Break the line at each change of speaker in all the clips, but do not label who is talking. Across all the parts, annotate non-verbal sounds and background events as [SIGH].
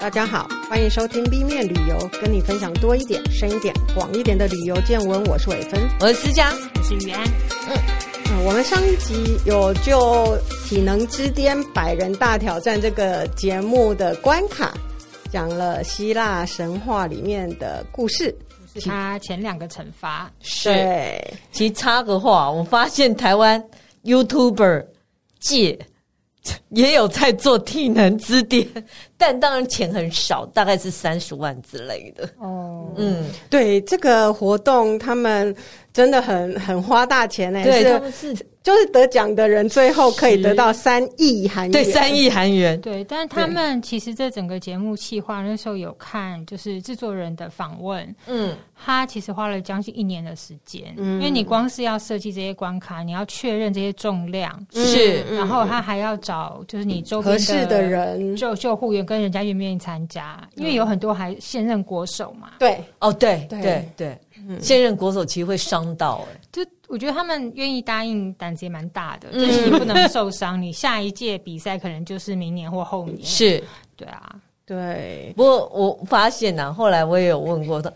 大家好，欢迎收听 B 面旅游，跟你分享多一点、深一点、广一点的旅游见闻。我是伟芬，
我是思佳，
我是于安。
嗯，我们上一集有就体能之巅百人大挑战这个节目的关卡，讲了希腊神话里面的故事。
是他前两个惩罚，
是。
对，
其实插个话，我发现台湾 YouTuber 界也有在做体能之巅，但当然钱很少，大概是三十万之类的。
哦，
嗯，
对这个活动，他们真的很很花大钱呢、
对，他
是
们是
就是得奖的人最后可以得到三亿韩元，
对三亿韩元，
对，但他们其实这整个节目企划那时候有看，就是制作人的访问，
嗯，
他其实花了将近一年的时间，
嗯
因为你光是要设计这些关卡，你要确认这些重量，
嗯
是
嗯
然后他还要找就是你周边
合适的
的
人，嗯
救救护员跟人家愿不愿意参加，因为有很多还现任国手嘛，
对，
哦，对
对
对对，现任国手其实会伤到，哎，
就我觉得他们愿意答应，胆子也蛮大的。
嗯
就是你不能受伤，你下一届比赛可能就是明年或后年。，
是。
对啊，
对，
不过我发现呐、后来我也有问过他，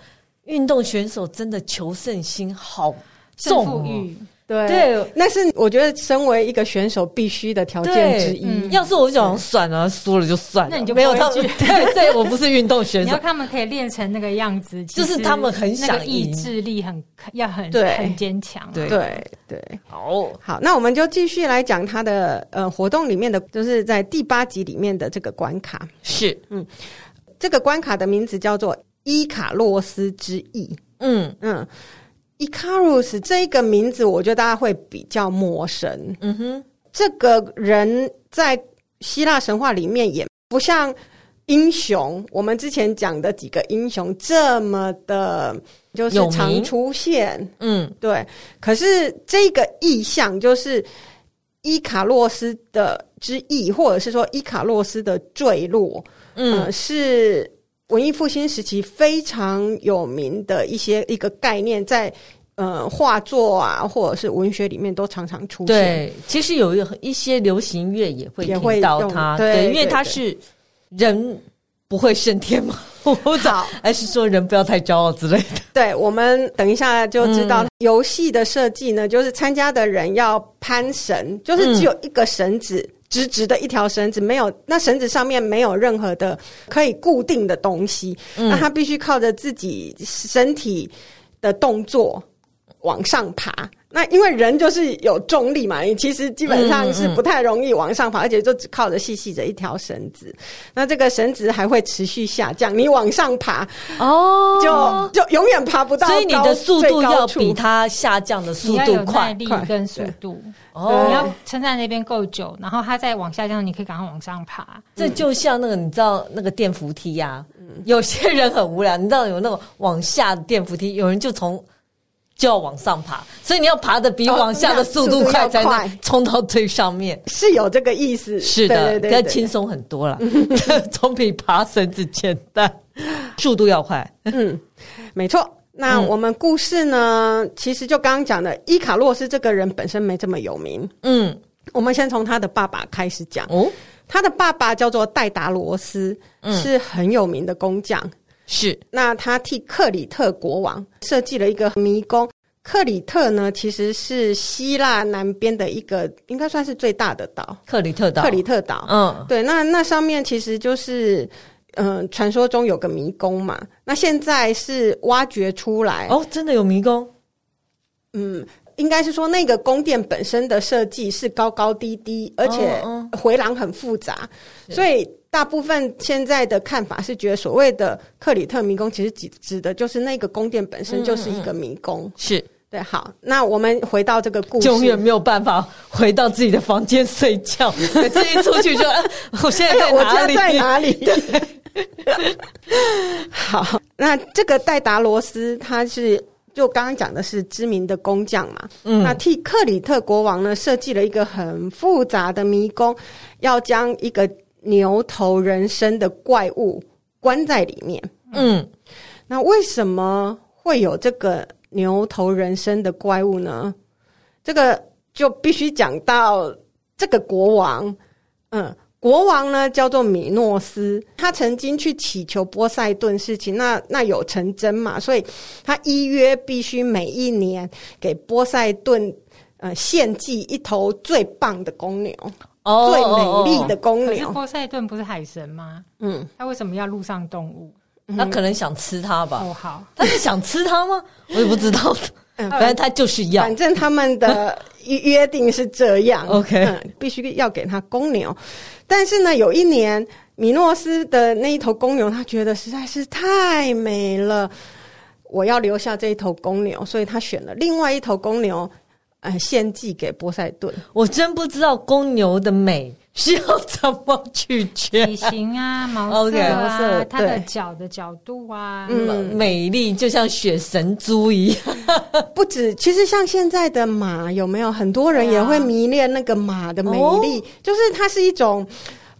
运动选手真的求胜心好
胜
重、
负
哦，
欲，
对，
对。
那是我觉得身为一个选手必须的条件哦之一。
对嗯
要是我就想算了，输了就算了，
那你就不
没有
会
他们。
去
[LAUGHS] 对对，我不是运动选 [LAUGHS]
你要
手，
看他们可以练成那个样子，其
就
实
是他们很
那
想
个
赢
意志力很要很
对
很坚强、啊。
对嗯
对对，
好，
好，那我们就继续来讲它的呃活动里面的，就是在第八集里面的这个关卡。
是，
这个关卡的名字叫做伊卡洛斯之翼。
嗯
嗯，Icarus 这个名字，我觉得大家会比较陌生。
嗯哼，
这个人在希腊神话里面也不像英雄，我们之前讲的几个英雄这么的，就是
有名
常出现。
嗯
对，可是这个意象就是伊卡洛斯的之翼，或者是说伊卡洛斯的坠落，嗯、
嗯，
是文艺复兴时期非常有名的一些一个概念，在呃画作啊，或者是文学里面都常常出现。
对，其实有一一些流行乐也会
也会
听到
用
他，
对
因为
对
他
对
是人不会胜天嘛， [LAUGHS] 我不知道，
好，
还是说人不要太骄傲之类的，
对我们等一下就知道游戏的设计呢，就是参加的人要攀绳，就是只有一个绳子。直直的一条绳子，没有那绳子上面没有任何的可以固定的东西，那他必须靠着自己身体的动作往上爬。那因为人就是有重力嘛，你其实基本上是不太容易往上爬，而且就只靠着细细的一条绳子。那这个绳子还会持续下降，你往上爬 [LAUGHS]
哦
就、就永远爬不到高，
所以你的速
最
度
高
要
处
比它下降的
你
速
要有
度
耐
快
力
快
跟速度，你
哦。
要撑在那边够久，然后它再往下降，你可以赶快往上爬。
嗯
这就像那个你知道那个电扶梯呀、有些人很无聊，你知道有那种往下的电扶梯，有人就从就要往上爬，所以你要爬的比
哦
往下的速度
速度哦要
快，才
快
能冲到最上面。
是有这个意思，
是的，
对
要
对对
轻
对，
松很
[LAUGHS]
多了，总比爬绳子简单，速度要快。
嗯，没错。那
嗯
我们故事呢，其实就刚刚讲的，伊卡洛斯这个人本身没这么有名。
嗯，
我们先从他的爸爸开始讲，
哦，
他的爸爸叫做戴达罗斯，
嗯
是很有名的工匠。
是，
那他替克里特国王设计了一个迷宫。克里特呢，其实是希腊南边的一个，应该算是最大的岛
克里
——
特岛，
克里，特岛。
嗯，
对，那那上面其实就是，嗯、传说中有个迷宫嘛，那现在是挖掘出来，
哦，真的有迷宫，
嗯，应该是说那个宫殿本身的设计是高高低低，而且
嗯
回廊很复杂，所以。大部分现在的看法是觉得，所谓的克里特迷宫，其实指指的就是那个宫殿本身就是一个迷宫。
是。
对，好，那我们回到这个故事，
永远没有办法回到自己的房间睡
[LAUGHS]
觉，每次一出去就，啊我现
哎
在
呀，
在
我
哪
家
里？
在哪
[LAUGHS]
里？好，那这个戴达罗斯他是就刚刚讲的是知名的工匠嘛，
嗯
那替克里特国王呢设计了一个很复杂的迷宫，要将一个牛头人身的怪物关在里面。
嗯，
那为什么会有这个牛头人身的怪物呢？这个就必须讲到这个国王，嗯，国王呢叫做米诺斯，他曾经去祈求波塞顿事情，那那有成真嘛？所以他依约必须每一年给波塞顿呃献祭一头最棒的公牛，
哦
最美丽的，公
可是
牛。
波塞顿不是海神吗？
嗯，
他为什么要陆上动物？
哦哦他可能想吃它吧？
哦，好，
他是想吃它吗？我也不知道，
嗯
[LAUGHS] 反正他就是要
反正他们的约约定是这样
OK
嗯必须要给他公牛。但是呢，有一年米诺斯的那一头公牛，他觉得实在是太美了，我要留下这一头公牛，所以他选了另外一头公牛，呃，献祭给波塞顿。
我真不知道公牛的美是要怎么取决
体。型啊，
[LAUGHS]
毛
OK，
色
哦毛色
啊，它的
对
脚的角度啊，
嗯
美丽就像雪神猪一样，
不止，其实像现在的马，有没有很多人
对啊哦
也会迷恋那个马的美丽？就是它是一种。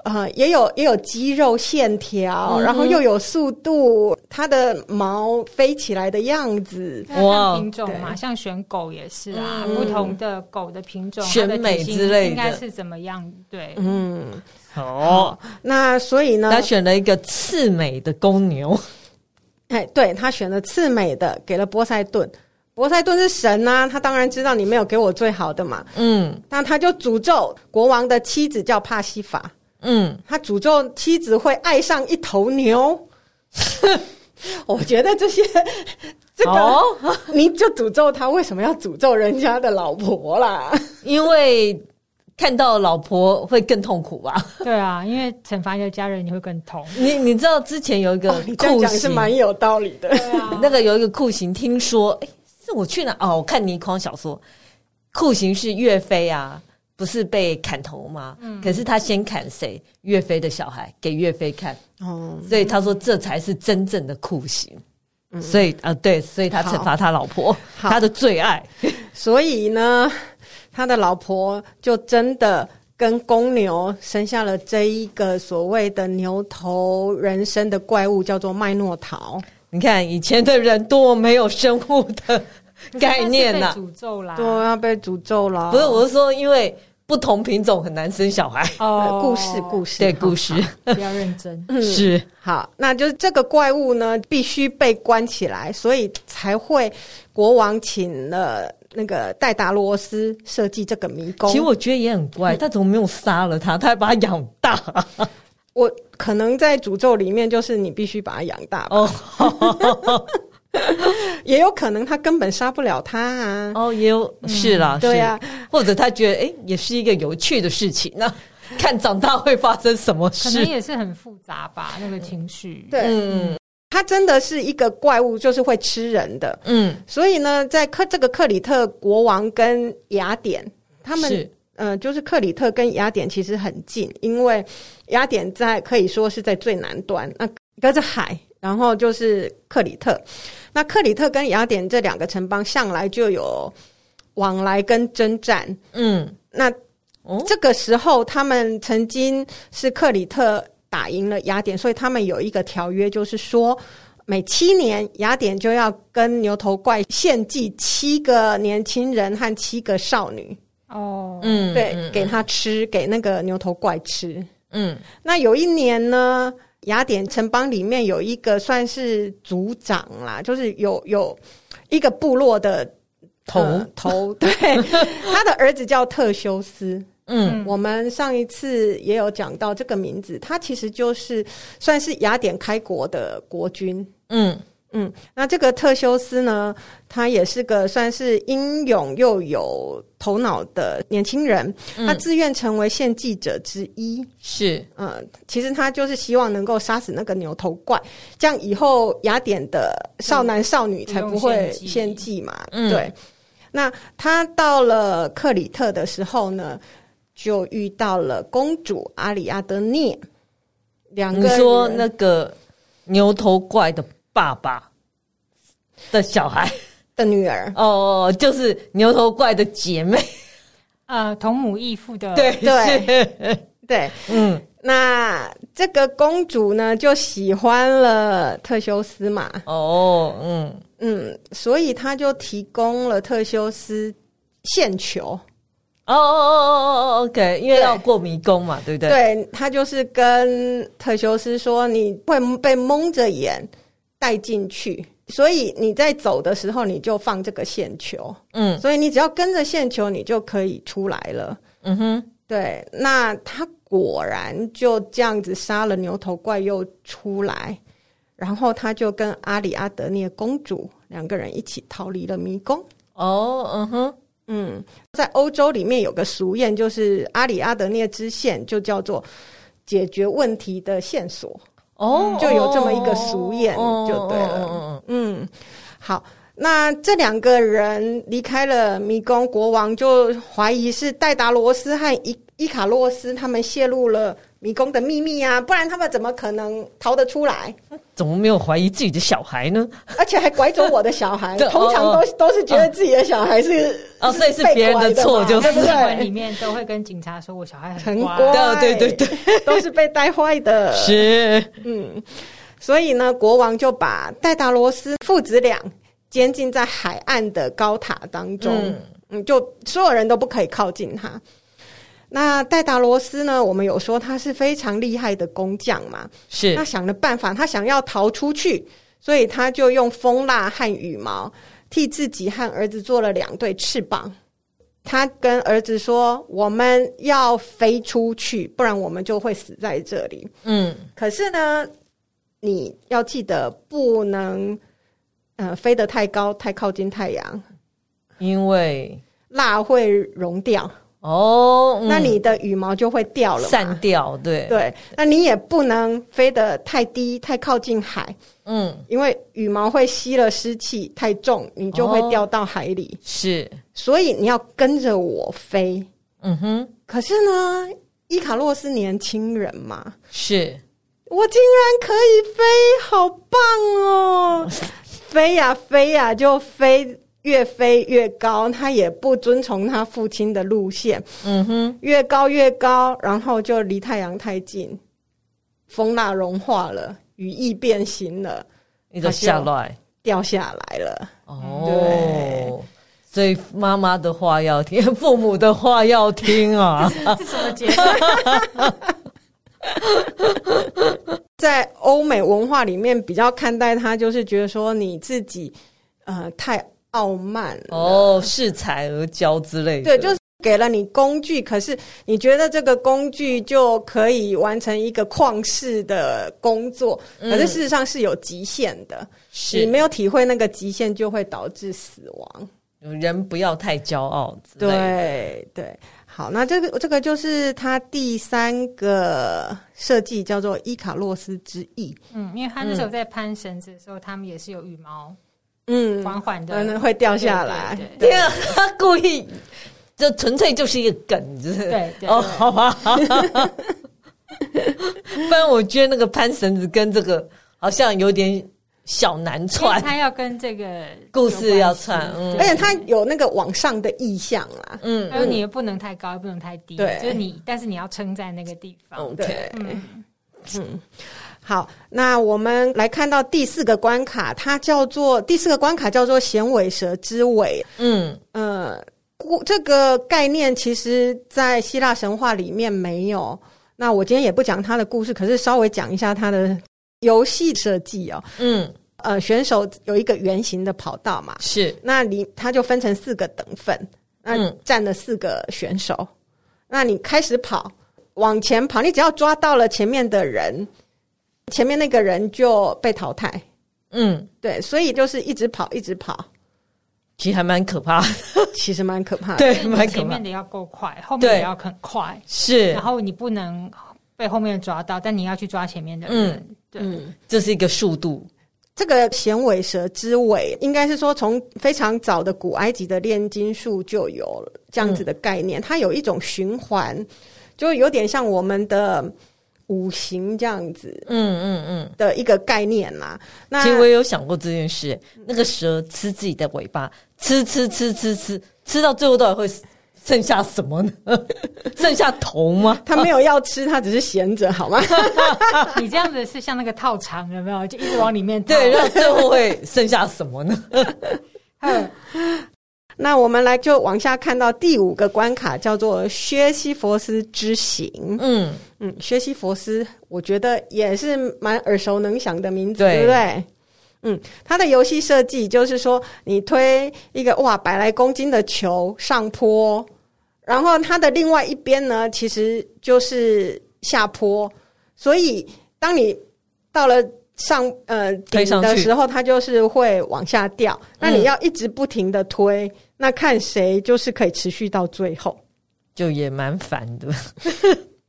呃，也有也有肌肉线
嗯
条，然后又有速度，它的毛飞起来的样子，
那
哇
看品种嘛，
对
像选狗也是啊，
嗯
不同的狗的品种，
选
它的
美
体型
之类的
应该是怎么样？对，
嗯，
哦，
那所以呢
他，选了一个刺美的公牛，
哎，对他选了刺美的，给了波塞顿。波塞顿是神啊，他当然知道你没有给我最好的嘛，
嗯
那他就诅咒国王的妻子叫帕西法，
嗯，
他诅咒妻子会爱上一头牛。 [LAUGHS] 我觉得这些 [LAUGHS] 这个、
哦，
你就诅咒他，为什么要诅咒人家的老婆啦？ [LAUGHS]
因为看到老婆会更痛苦吧？
对啊，因为惩罚你的家人，你会更痛。
你你知道之前有一个
哦你这样
酷
讲
刑，
是蛮有道理的。
对啊，
那个有一个酷刑，听说哎、诶是我去哪？哦，我看倪匡小说，酷刑是岳飞啊，不是被砍头吗？可是他先砍谁？岳飞的小孩给岳飞看，
[LAUGHS] 哦，
所以他说这才是真正的酷刑。所以啊、呃对，所以他惩罚他老婆，
好
他的最爱。
所以呢，他的老婆就真的跟公牛生下了这一个所谓的牛头人身的怪物，叫做麦诺陶。
你看以前的人多没有生物的概念啊呐、
可是它是被诅咒啦。
对，要被诅咒了。
不是，我是说，因为不同品种很难生小孩。
呃
哦，
故事，故事，
对，故事
不要认真。
是
好，那就是这个怪物呢，必须被关起来，所以才会国王请了那个戴达罗斯设计这个迷宫。
其实我觉得也很怪，他怎么没有杀了他？他还把他养大、
我可能在诅咒里面，就是你必须把它养大吧，
哦
也有可能他根本杀不了他啊。
哦，也有、是啦，是
对啊，
或者他觉得哎、诶也是一个有趣的事情，那 [LAUGHS] 看长大会发生什么
可
事？
能也是很复杂吧，那个情绪。
对，
嗯
他真的是一个怪物，就是会吃人的。
嗯，
所以呢，在克这个克里特国王跟雅典，他们
是
呃，就是克里特跟雅典其实很近，因为雅典在可以说是在最南端，那隔着海，然后就是克里特。那克里特跟雅典这两个城邦向来就有往来跟征战。
嗯
那
哦
这个时候，他们曾经是克里特打赢了雅典，所以他们有一个条约，就是说每七年雅典就要跟牛头怪献祭七个年轻人和七个少女。
哦，
嗯，
对，
嗯
给他吃，给那个牛头怪吃。
嗯
那有一年呢，雅典城邦里面有一个算是族长啦，就是有有一个部落的
头
呃头，对，他的儿子叫特修斯。
嗯
嗯
我们上一次也有讲到这个名字，他其实就是算是雅典开国的国君。
嗯
嗯，那这个特修斯呢，他也是个算是英勇又有头脑的年轻人，
嗯
他自愿成为献祭者之一。
是
嗯、其实他就是希望能够杀死那个牛头怪，这样以后雅典的少男少女才不会
不用献祭
献祭嘛。
嗯
对，那他到了克里特的时候呢，就遇到了公主阿里阿德涅，两个
你说
人
那个牛头怪的爸爸的小孩
的女儿。
哦，就是牛头怪的姐妹，
呃，同母异父的，
对
对
[LAUGHS] 是
对，
嗯
那这个公主呢，就喜欢了特修斯嘛，
哦嗯
嗯，所以她就提供了特修斯献球，
哦哦哦哦哦，OK，因为
对
要过迷宫嘛，对不对？
对他就是跟特修斯说，你会被蒙着眼带进去，所以你在走的时候你就放这个线球，
嗯
所以你只要跟着线球，你就可以出来了。
嗯哼，
对，那他果然就这样子杀了牛头怪，又出来，然后他就跟阿里阿德涅公主两个人一起逃离了迷宫。
哦嗯哼，
嗯，在欧洲里面有个俗谚，就是阿里阿德涅支线，就叫做解决问题的线索。
哦，
就有这么一个俗谚就对了
嗯
嗯，好。那这两个人离开了迷宫，国王就怀疑是戴达罗斯和伊伊卡洛斯他们泄露了迷宫的秘密啊，不然他们怎么可能逃得出来？
嗯怎么没有怀疑自己的小孩呢？
而且还拐走我的小孩，
[LAUGHS] 对哦
通常都都是觉得自己的小孩是
哦所以是
被
别人的
拐嘛
错就
对
是
不
新闻
对
里？面都会跟警察说，我小孩
很
很乖，
乖
对对对对，
都是被带坏的。
是，
嗯，所以呢，国王就把戴达罗斯父子俩监禁在海岸的高塔当中，
嗯
嗯就所有人都不可以靠近他。那戴达罗斯呢？我们有说他是非常厉害的工匠嘛，
是
他，想了办法，他想要逃出去，所以他就用蜂蜡和羽毛替自己和儿子做了两对翅膀。他跟儿子说：“我们要飞出去，不然我们就会死在这里。”
嗯，
可是呢，你要记得不能，呃，飞得太高，太靠近太阳，
因为
蜡会融掉，
哦，嗯
那你的羽毛就会掉了嘛
散掉，对，
对，那你也不能飞得太低，太靠近海，
嗯，
因为羽毛会吸了湿气，太重，你就会
哦
掉到海里。
是，
所以你要跟着我飞。
嗯哼，
可是呢，伊卡洛斯年轻人嘛，
是，
我竟然可以飞，好棒哦！飞呀飞呀，就飞，越飞越高。他也不遵从他父亲的路线，
嗯哼，
越高越高，然后就离太阳太近，风蜡融化了，羽翼变形了，
你就下来，
掉下来了。
哦。所以妈妈的话要听，父母的话要听啊！
这什么结果？
在欧美文化里面，比较看待他就是觉得说你自己，呃，太傲慢了。
哦，恃才而骄之类的。
对，就是给了你工具，可是你觉得这个工具就可以完成一个旷世的工作，
嗯
可是事实上是有极限的。
是
你没有体会那个极限，就会导致死亡。
人不要太骄傲之类的。
对对，好，那这个这个就是它第三个设计，叫做伊卡洛斯之翼。
嗯，因为他那时候在攀绳子的时候，他们也是有羽毛
嗯，
缓缓
可能
的
会掉下来。
对对
天啊，他故意，这纯粹就是一个梗，就是
对对
哦，好吧， [LAUGHS] 不然我觉得那个攀绳子跟这个好像有点小难
因为
串。
他要跟这个
故事要串
有关系
嗯
而
对
且它有那个往上的意向啦。
嗯
还有你也不能太高，也不能太低，
对
就是你，但是你要撑在那个地方。
，OK，
对，嗯，好，那我们来看到第四个关卡，它叫做第四个关卡叫做衔尾蛇之尾。
嗯，
呃，故这个概念其实在希腊神话里面没有。那我今天也不讲它的故事，可是稍微讲一下它的游戏设计哦。
嗯，
呃，选手有一个圆形的跑道嘛，
是，
那你它就分成四个等份，那
嗯
占了四个选手。那你开始跑，往前跑，你只要抓到了前面的人，前面那个人就被淘汰。
嗯，
对，所以就是一直跑，一直跑，
其实还蛮可怕的，
其实蛮可怕的。
对， [LAUGHS] 蛮可
啊前
怕
面，的要够快，后面
对
也要很快，
是
然，后你不能被后面抓到，但你要去抓前面的人。对，
嗯，
这是一个速度，
这个衔尾蛇之尾，应该是说从非常早的古埃及的炼金术就有了这样子的概念，它有一种循环，就有点像我们的五行这样子
嗯嗯
的一个概念啦。
嗯，
那
其实我也有想过这件事，那个蛇吃自己的尾巴，吃吃吃吃吃，吃到最后到底会剩下什么呢？ [LAUGHS] 剩下头吗？
他没有要吃，他只是闲着，好吗？
[LAUGHS] 你这样子是像那个套场，有没有？就一直往里面套。
对，然后最后会剩下什么呢？
嗯，
那我们来就往下看到第五个关卡，叫做薛西佛斯之行。
嗯，
嗯，薛西佛斯，我觉得也是蛮耳熟能详的名字，
对
对不对？嗯，它的游戏设计就是说，你推一个哇百来公斤的球上坡，然后它的另外一边呢，其实就是下坡，所以当你到了上呃
推上
顶的
去
时候，它就是会往下掉。那
嗯
你要一直不停的推，那看谁就是可以持续到最后。
就也蛮烦的。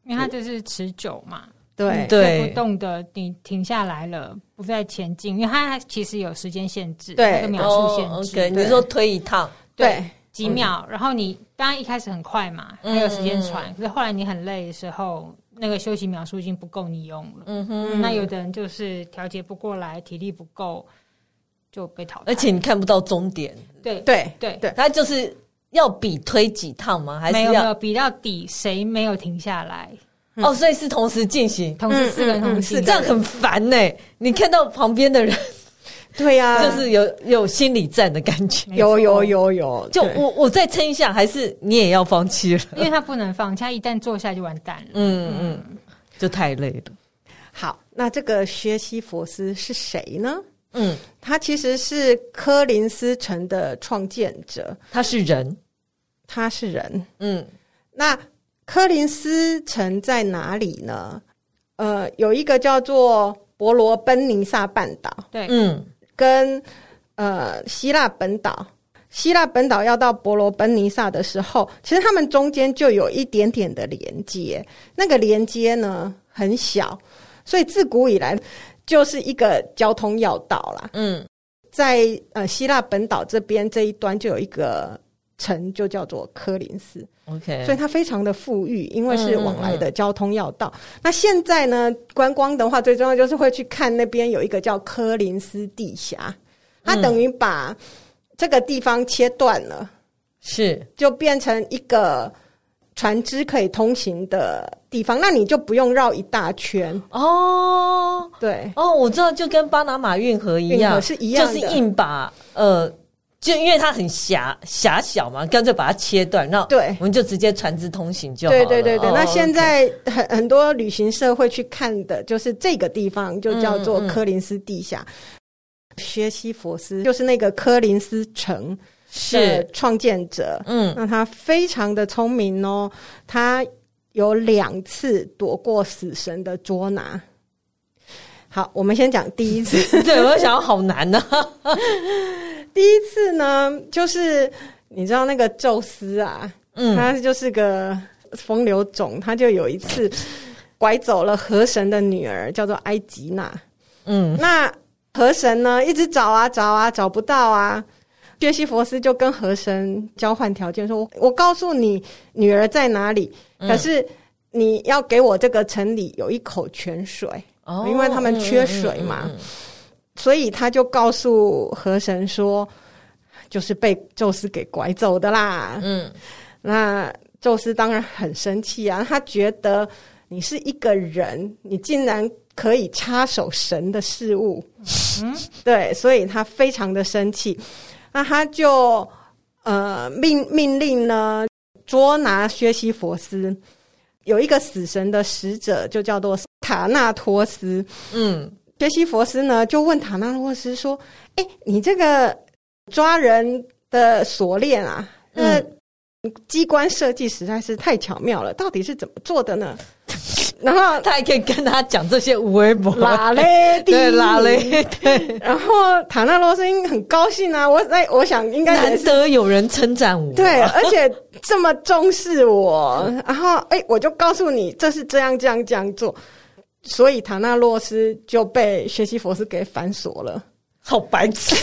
因为它就是持久嘛，
对，
对
推不动的，你停下来了，不再前进，因为它其实有时间限制，
对
它的秒数限制，
哦 OK，你是说推一趟，
对
几秒。然后你当然一开始很快嘛，
嗯
还有时间喘，可是后来你很累的时候，那个休息秒数已经不够你用了。
嗯哼，
那有的人就是调节不过来，体力不够就被淘汰。
而且你看不到终点，
对
对
对
对
他就是要比推几趟吗？还
没
是
有没有
要
比到底，谁没有停下来？
哦？所以是同时进行，
同时
嗯
四个
嗯
人同
嗯
时
是
进
的
这样很烦呢、你看到旁边的人，
对呀、
嗯
就是有有心理战的感觉。
没
有
错
有有有，
就
对
我我再撑一下，还是你也要放弃了？
因为他不能放弃，他一旦坐下就完蛋了。
嗯嗯，就太累了。
好，那这个薛西佛斯是谁呢？
嗯，
他其实是柯林斯城的创建者，
他是人，
他是人。
嗯，
那柯林斯城在哪里呢？呃，有一个叫做伯罗奔尼撒半岛，
对，
嗯，
跟呃希腊本岛。希腊本岛要到伯罗奔尼撒的时候，其实他们中间就有一点点的连接，那个连接呢很小，所以自古以来就是一个交通要道啦。
嗯，
在呃希腊本岛这边这一端就有一个城，就叫做科林斯。
OK，
所以它非常的富裕，因为是
嗯嗯
往来的交通要道。那现在呢，观光的话，最重要就是会去看那边有一个叫科林斯地峡，它
嗯
等于把这个地方切断了，
是
就变成一个船只可以通行的地方，那你就不用绕一大圈。
哦
对，
哦，我知道，就跟巴拿马运河一
运
样，
河是一样
就
的
是硬把呃，就因为它很狭狭小嘛，干脆把它切断，那
对
我们就直接船只通行就好了。
对对对对。
哦
那现在很很多旅行社会去看的就是这个地方，就叫做
嗯嗯
科林斯地峡。薛西佛斯就是那个科林斯城，的
是
创建者。
嗯
那他非常的聪明哦，他有两次躲过死神的捉拿。好，我们先讲第一次。 [LAUGHS]
对，我想好难呢、啊。
第一次呢，就是你知道那个宙斯啊， [LAUGHS]
嗯，
他就是个风流种，他就有一次拐走了河神的女儿，叫做埃吉娜。
嗯，
那河神呢，一直找啊找啊，找不到啊。薛西佛斯就跟河神交换条件，说我：“我告诉你女儿在哪里，
嗯
可是你要给我这个城里有一口泉水。
哦
因为他们缺水嘛
嗯嗯嗯嗯
所以他就告诉河神说：“就是被宙斯给拐走的啦。
嗯，
那宙斯当然很生气啊，他觉得你是一个人，你竟然可以插手神的事物，
嗯
[LAUGHS]
对，所以他非常的生气。那他就呃命命令呢捉拿薛西佛斯，有一个死神的使者就叫做塔纳托斯。
嗯，
薛西佛斯呢就问塔纳洛斯说：“哎，你这个抓人的锁链啊，
嗯
那、机关设计实在是太巧妙了，到底是怎么做的
[LAUGHS]
呢？”然后
他还可以跟他讲这些无微博，
拉嘞，
[LAUGHS] 对拉嘞，，对，
[LAUGHS] 然后塔纳洛斯应该很高兴啊，我在我想应该也
难
是。
得有人称赞我，
[LAUGHS] 对，而且这么重视
[LAUGHS]
我，然后哎，我就告诉你，这是这样这样这样做，所以塔纳洛斯就被薛西佛斯给反锁了。
好白 [LAUGHS] 痴。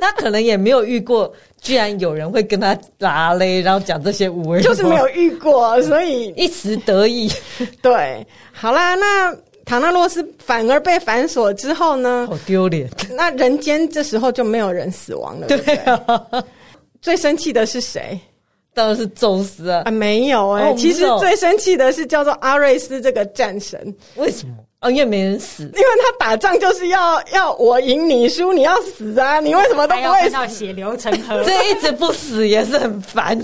他可能也没有遇过，居然有人会跟他拉嘞，然后讲这些 [LAUGHS] 无微博，
就是没有遇过，所以
一时得意， [LAUGHS]
对，好啦，那唐纳洛斯反而被反锁之后呢，
好丢脸。
那人间这时候就没有人死亡了，对不
对
对？
啊，
最生气的是谁
当然是宙斯啊
啊？，没有哎、
哦
其实
没有
最生气的是叫做阿瑞斯这个战神，
为什么？哦，因为没人
[LAUGHS]
死
因为他打仗就是要要我赢你输，你要死啊！你为什么都
还
不
要
会
看
死？
到血流成河。
[LAUGHS] 所以一直不死也是
[LAUGHS]
很烦。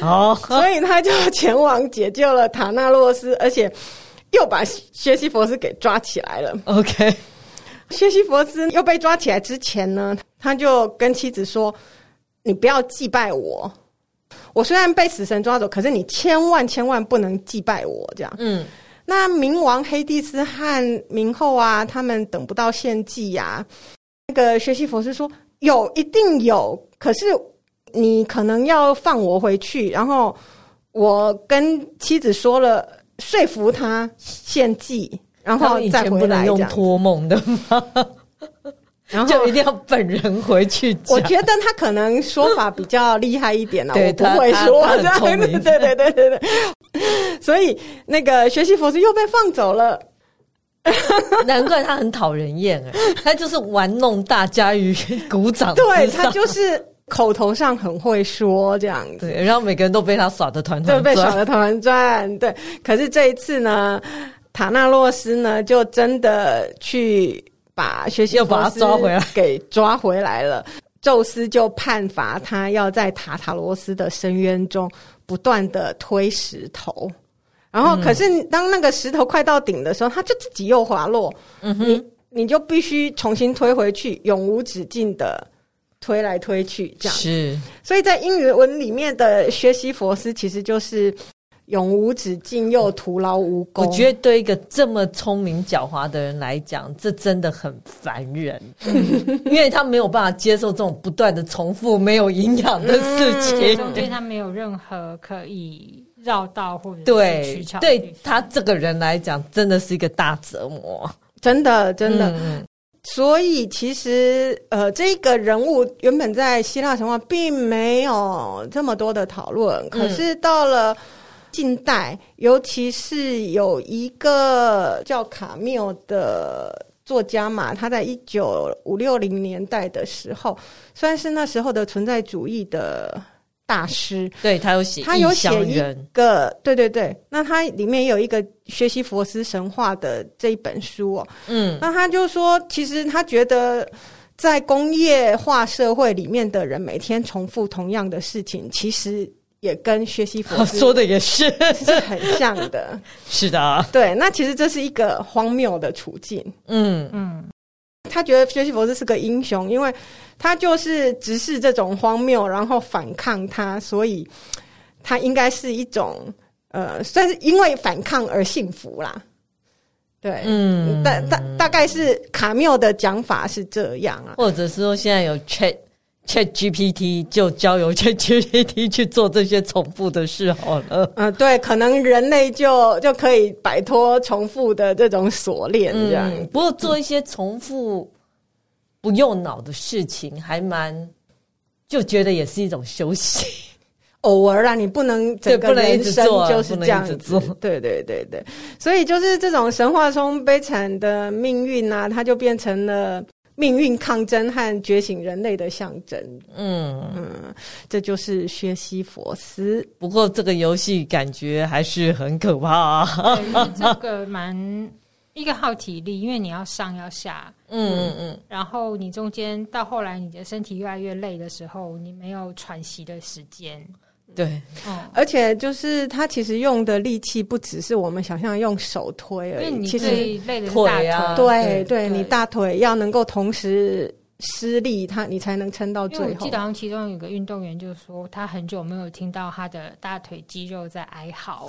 哦，
所以他就前往解救了塔纳洛斯，而且又把薛西佛斯给抓起来了。
OK，
薛西佛斯又被抓起来之前呢，他就跟妻子说：“你不要祭拜我，我虽然被死神抓走，可是你千万千万不能祭拜我。”这样，
嗯，
那冥王黑帝斯和冥后啊，他们等不到献祭呀、那个薛西佛斯说：“有，一定有，可是你可能要放我回去。”然后我跟妻子说了，说服他献祭，然
他
后
们以
再
前
回
不
来
能
这
用
样。
托梦的吗？
然后
就一定要本人回去讲。
我觉得他可能说法比较厉害一点啦，啊
[LAUGHS] 对
我不
他
会
他
说
他很
这样
聪
子，
明
[LAUGHS] 对对对对对。所以那个学习佛是又被放走了，
[LAUGHS] 难怪他很讨人厌哎，他就是玩弄大家于鼓掌之
对
上
他就是口头上很会说这样子，
对，然后每个人都被他耍的团
就
团
被
转
耍。的团团转。对，可是这一次呢，塔纳洛斯呢就真的去把学习
又把他抓回来，
给抓回来了。宙斯就判罚他要在塔塔罗斯的深渊中不断的推石头。然
嗯
后，可是当那个石头快到顶的时候，他就自己又滑落，
嗯
你你就必须重新推回去，永无止境的推来推去，这样子
是
所以在英语文里面的学习佛斯其实就是永无止境又徒劳无功。
我觉得对一个这么聪明狡猾的人来讲，这真的很烦人，因为他没有办法接受这种不断的重复、没有营养的事
所以
情。
中
嗯
间他没有任何可以绕道或者是取
对
巧，的
对
地方
他这个人来讲，真的是一个大折磨，
真的真的，
嗯
所以其实呃，这个人物原本在希腊神话并没有这么多的讨论，可是到了。近代，尤其是有一个叫卡缪的作家嘛，他在一九五六零年代的时候，算是那时候的存在主义的大师。
对他有写
他有
异乡
写一
人，
个，对对对，那它里面有一个学习佛斯神话的这一本书哦，
嗯
那他就说，其实他觉得。在工业化社会里面的人，每天重复同样的事情，其实也跟学习佛斯
[LAUGHS] 哦说的也是，
是很像的。
是的啊，
对，那其实这是一个荒谬的处境。
嗯，
嗯，
他觉得学习佛斯是个英雄，因为他就是直视这种荒谬，然后反抗他，所以嘖他应该是一种呃，算是因为反抗而幸福啦。对，
嗯
大大大概是卡缪的讲法是这样啊。
或者是说现在有 Chat Chat GPT，就交由 [LAUGHS] Chat GPT 去做这些重复的事好了。
嗯、对，可能人类就就可以摆脱重复的这种锁链，这样、
嗯，不过做一些重复不用脑的事情，还蛮就觉得也是一种休息。
偶尔啊，你不能 [LAUGHS] 整个
[LAUGHS] 对不能一
人
直
生
做啊
就是这样
不能一直
子
做。
对对对对，所以就是这种神话中悲惨的命运啊，它就变成了命运抗争和觉醒人类的象征。
嗯，
嗯，这就是薛西佛斯。
不过这个游戏感觉还是很可怕、
[LAUGHS]
啊。
对因为这个蛮一个耗体力，因为你要上要下，
嗯嗯
然后你中间到后来你的身体越来越累的时候，你没有喘息的时间。
嗯，对，
嗯，
而且就是它其实用的力气不只是我们想象用手推
因
而已，
为你
其实
最累的是大
腿啊
腿。
对对，
对
对
你大腿要能够同时施力，它你才能撑到
因为我
最后
记。得好像其中有个运动员就说，他很久没有听到他的大腿肌肉在
[LAUGHS]
哀嚎。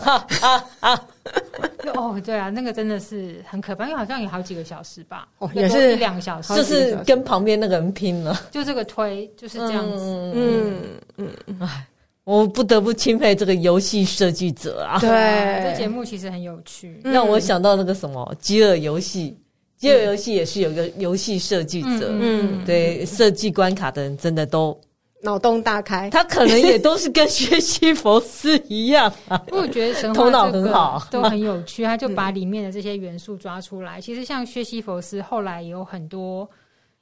就哦，对啊，那个真的是很可怕，因为好像有好几个小时吧，
哦
最多
也是
一两个小时
好
就
几。个
是
小时
跟旁边那个人拼了，
就这个推就是这样子，
嗯，
嗯，
我不得不钦佩这个游戏设计者啊。
对
啊 [LAUGHS] 这节目其实很有趣。
嗯
让我想到那个什么《饥饿游戏》，《饥饿游戏》也是有一个游戏设计者，
嗯
对设计关卡的人真的都，
脑洞大开。
他可能也都是跟学习佛斯一样啊，
不过我觉得神话
头脑
这个
很好嗯
都很有趣，他就把里面的这些元素抓出来。其实像薛西佛斯后来也有很多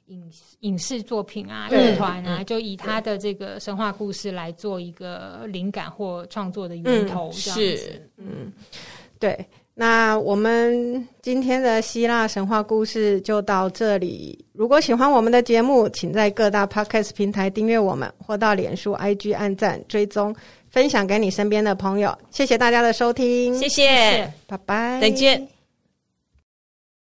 影影视作品啊、
对
乐团
嗯
啊，就以他的这个神话故事来
嗯
做一个灵感或创作的源头，这样子。
是
嗯对，那我们今天的希腊神话故事就到这里。如果喜欢我们的节目，请在各大 podcast 平台订阅我们，或到脸书、IG 按赞、追踪、分享给你身边的朋友。谢谢大家的收听，
谢
谢
谢
谢，
拜拜，
再见。